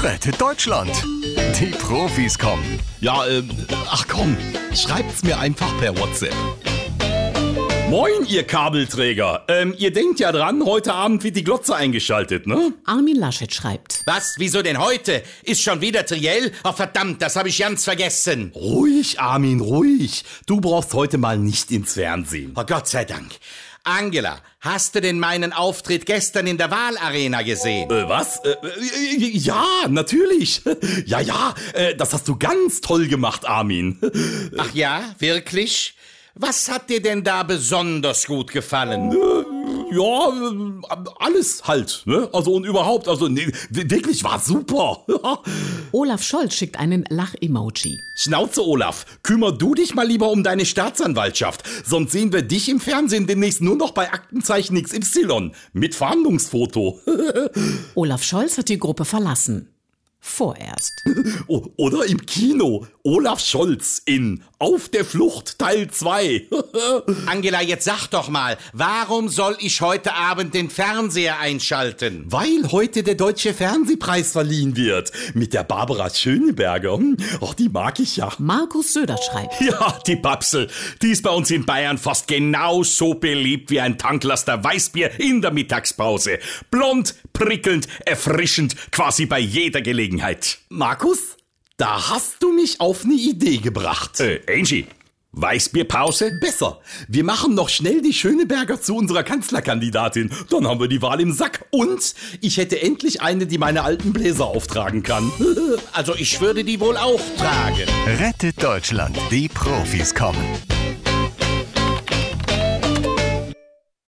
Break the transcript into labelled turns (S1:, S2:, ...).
S1: rettet Deutschland. Die Profis kommen.
S2: Ja, ähm, ach komm, schreibt's mir einfach per WhatsApp. Moin, ihr Kabelträger. Ähm, ihr denkt ja dran, heute Abend wird die Glotze eingeschaltet, ne?
S3: Armin Laschet schreibt.
S4: Was? Wieso denn heute? Ist schon wieder Triell? Oh verdammt, das habe ich ganz vergessen.
S2: Ruhig, Armin, ruhig. Du brauchst heute mal nicht ins Fernsehen.
S4: Oh Gott sei Dank. Angela, hast du denn meinen Auftritt gestern in der Wahlarena gesehen?
S2: Äh, was? Äh, äh, ja, natürlich. Ja, ja, äh, das hast du ganz toll gemacht, Armin.
S4: Ach ja, wirklich? Was hat dir denn da besonders gut gefallen?
S2: Ja, ähm, alles halt, ne? Also und überhaupt, also nee, wirklich war super.
S3: Olaf Scholz schickt einen Lach-Emoji.
S2: Schnauze, Olaf, kümmer du dich mal lieber um deine Staatsanwaltschaft, sonst sehen wir dich im Fernsehen demnächst nur noch bei Aktenzeichen XY mit Verhandlungsfoto.
S3: Olaf Scholz hat die Gruppe verlassen. Vorerst.
S2: O- Oh, Oder im Kino. Olaf Scholz in Auf der Flucht Teil 2.
S4: Angela, jetzt sag doch mal, warum soll ich heute Abend den Fernseher einschalten?
S2: Weil heute der Deutsche Fernsehpreis verliehen wird. Mit der Barbara Schöneberger. Hm, Ach, die mag ich ja.
S3: Markus Söder schreibt.
S2: Ja, die Babsel. Die ist bei uns in Bayern fast genauso beliebt wie ein Tanklaster Weißbier in der Mittagspause. Blond, prickelnd, erfrischend, quasi bei jeder Gelegenheit.
S4: Markus?
S2: Da hast du mich auf eine Idee gebracht. Äh, Angie, Weißbierpause? Besser. Wir machen noch schnell die Schöneberger zu unserer Kanzlerkandidatin. Dann haben wir die Wahl im Sack. Und ich hätte endlich eine, die meine alten Bläser auftragen kann.
S4: Also ich würde die wohl auch tragen.
S1: Rettet Deutschland. Die Profis kommen.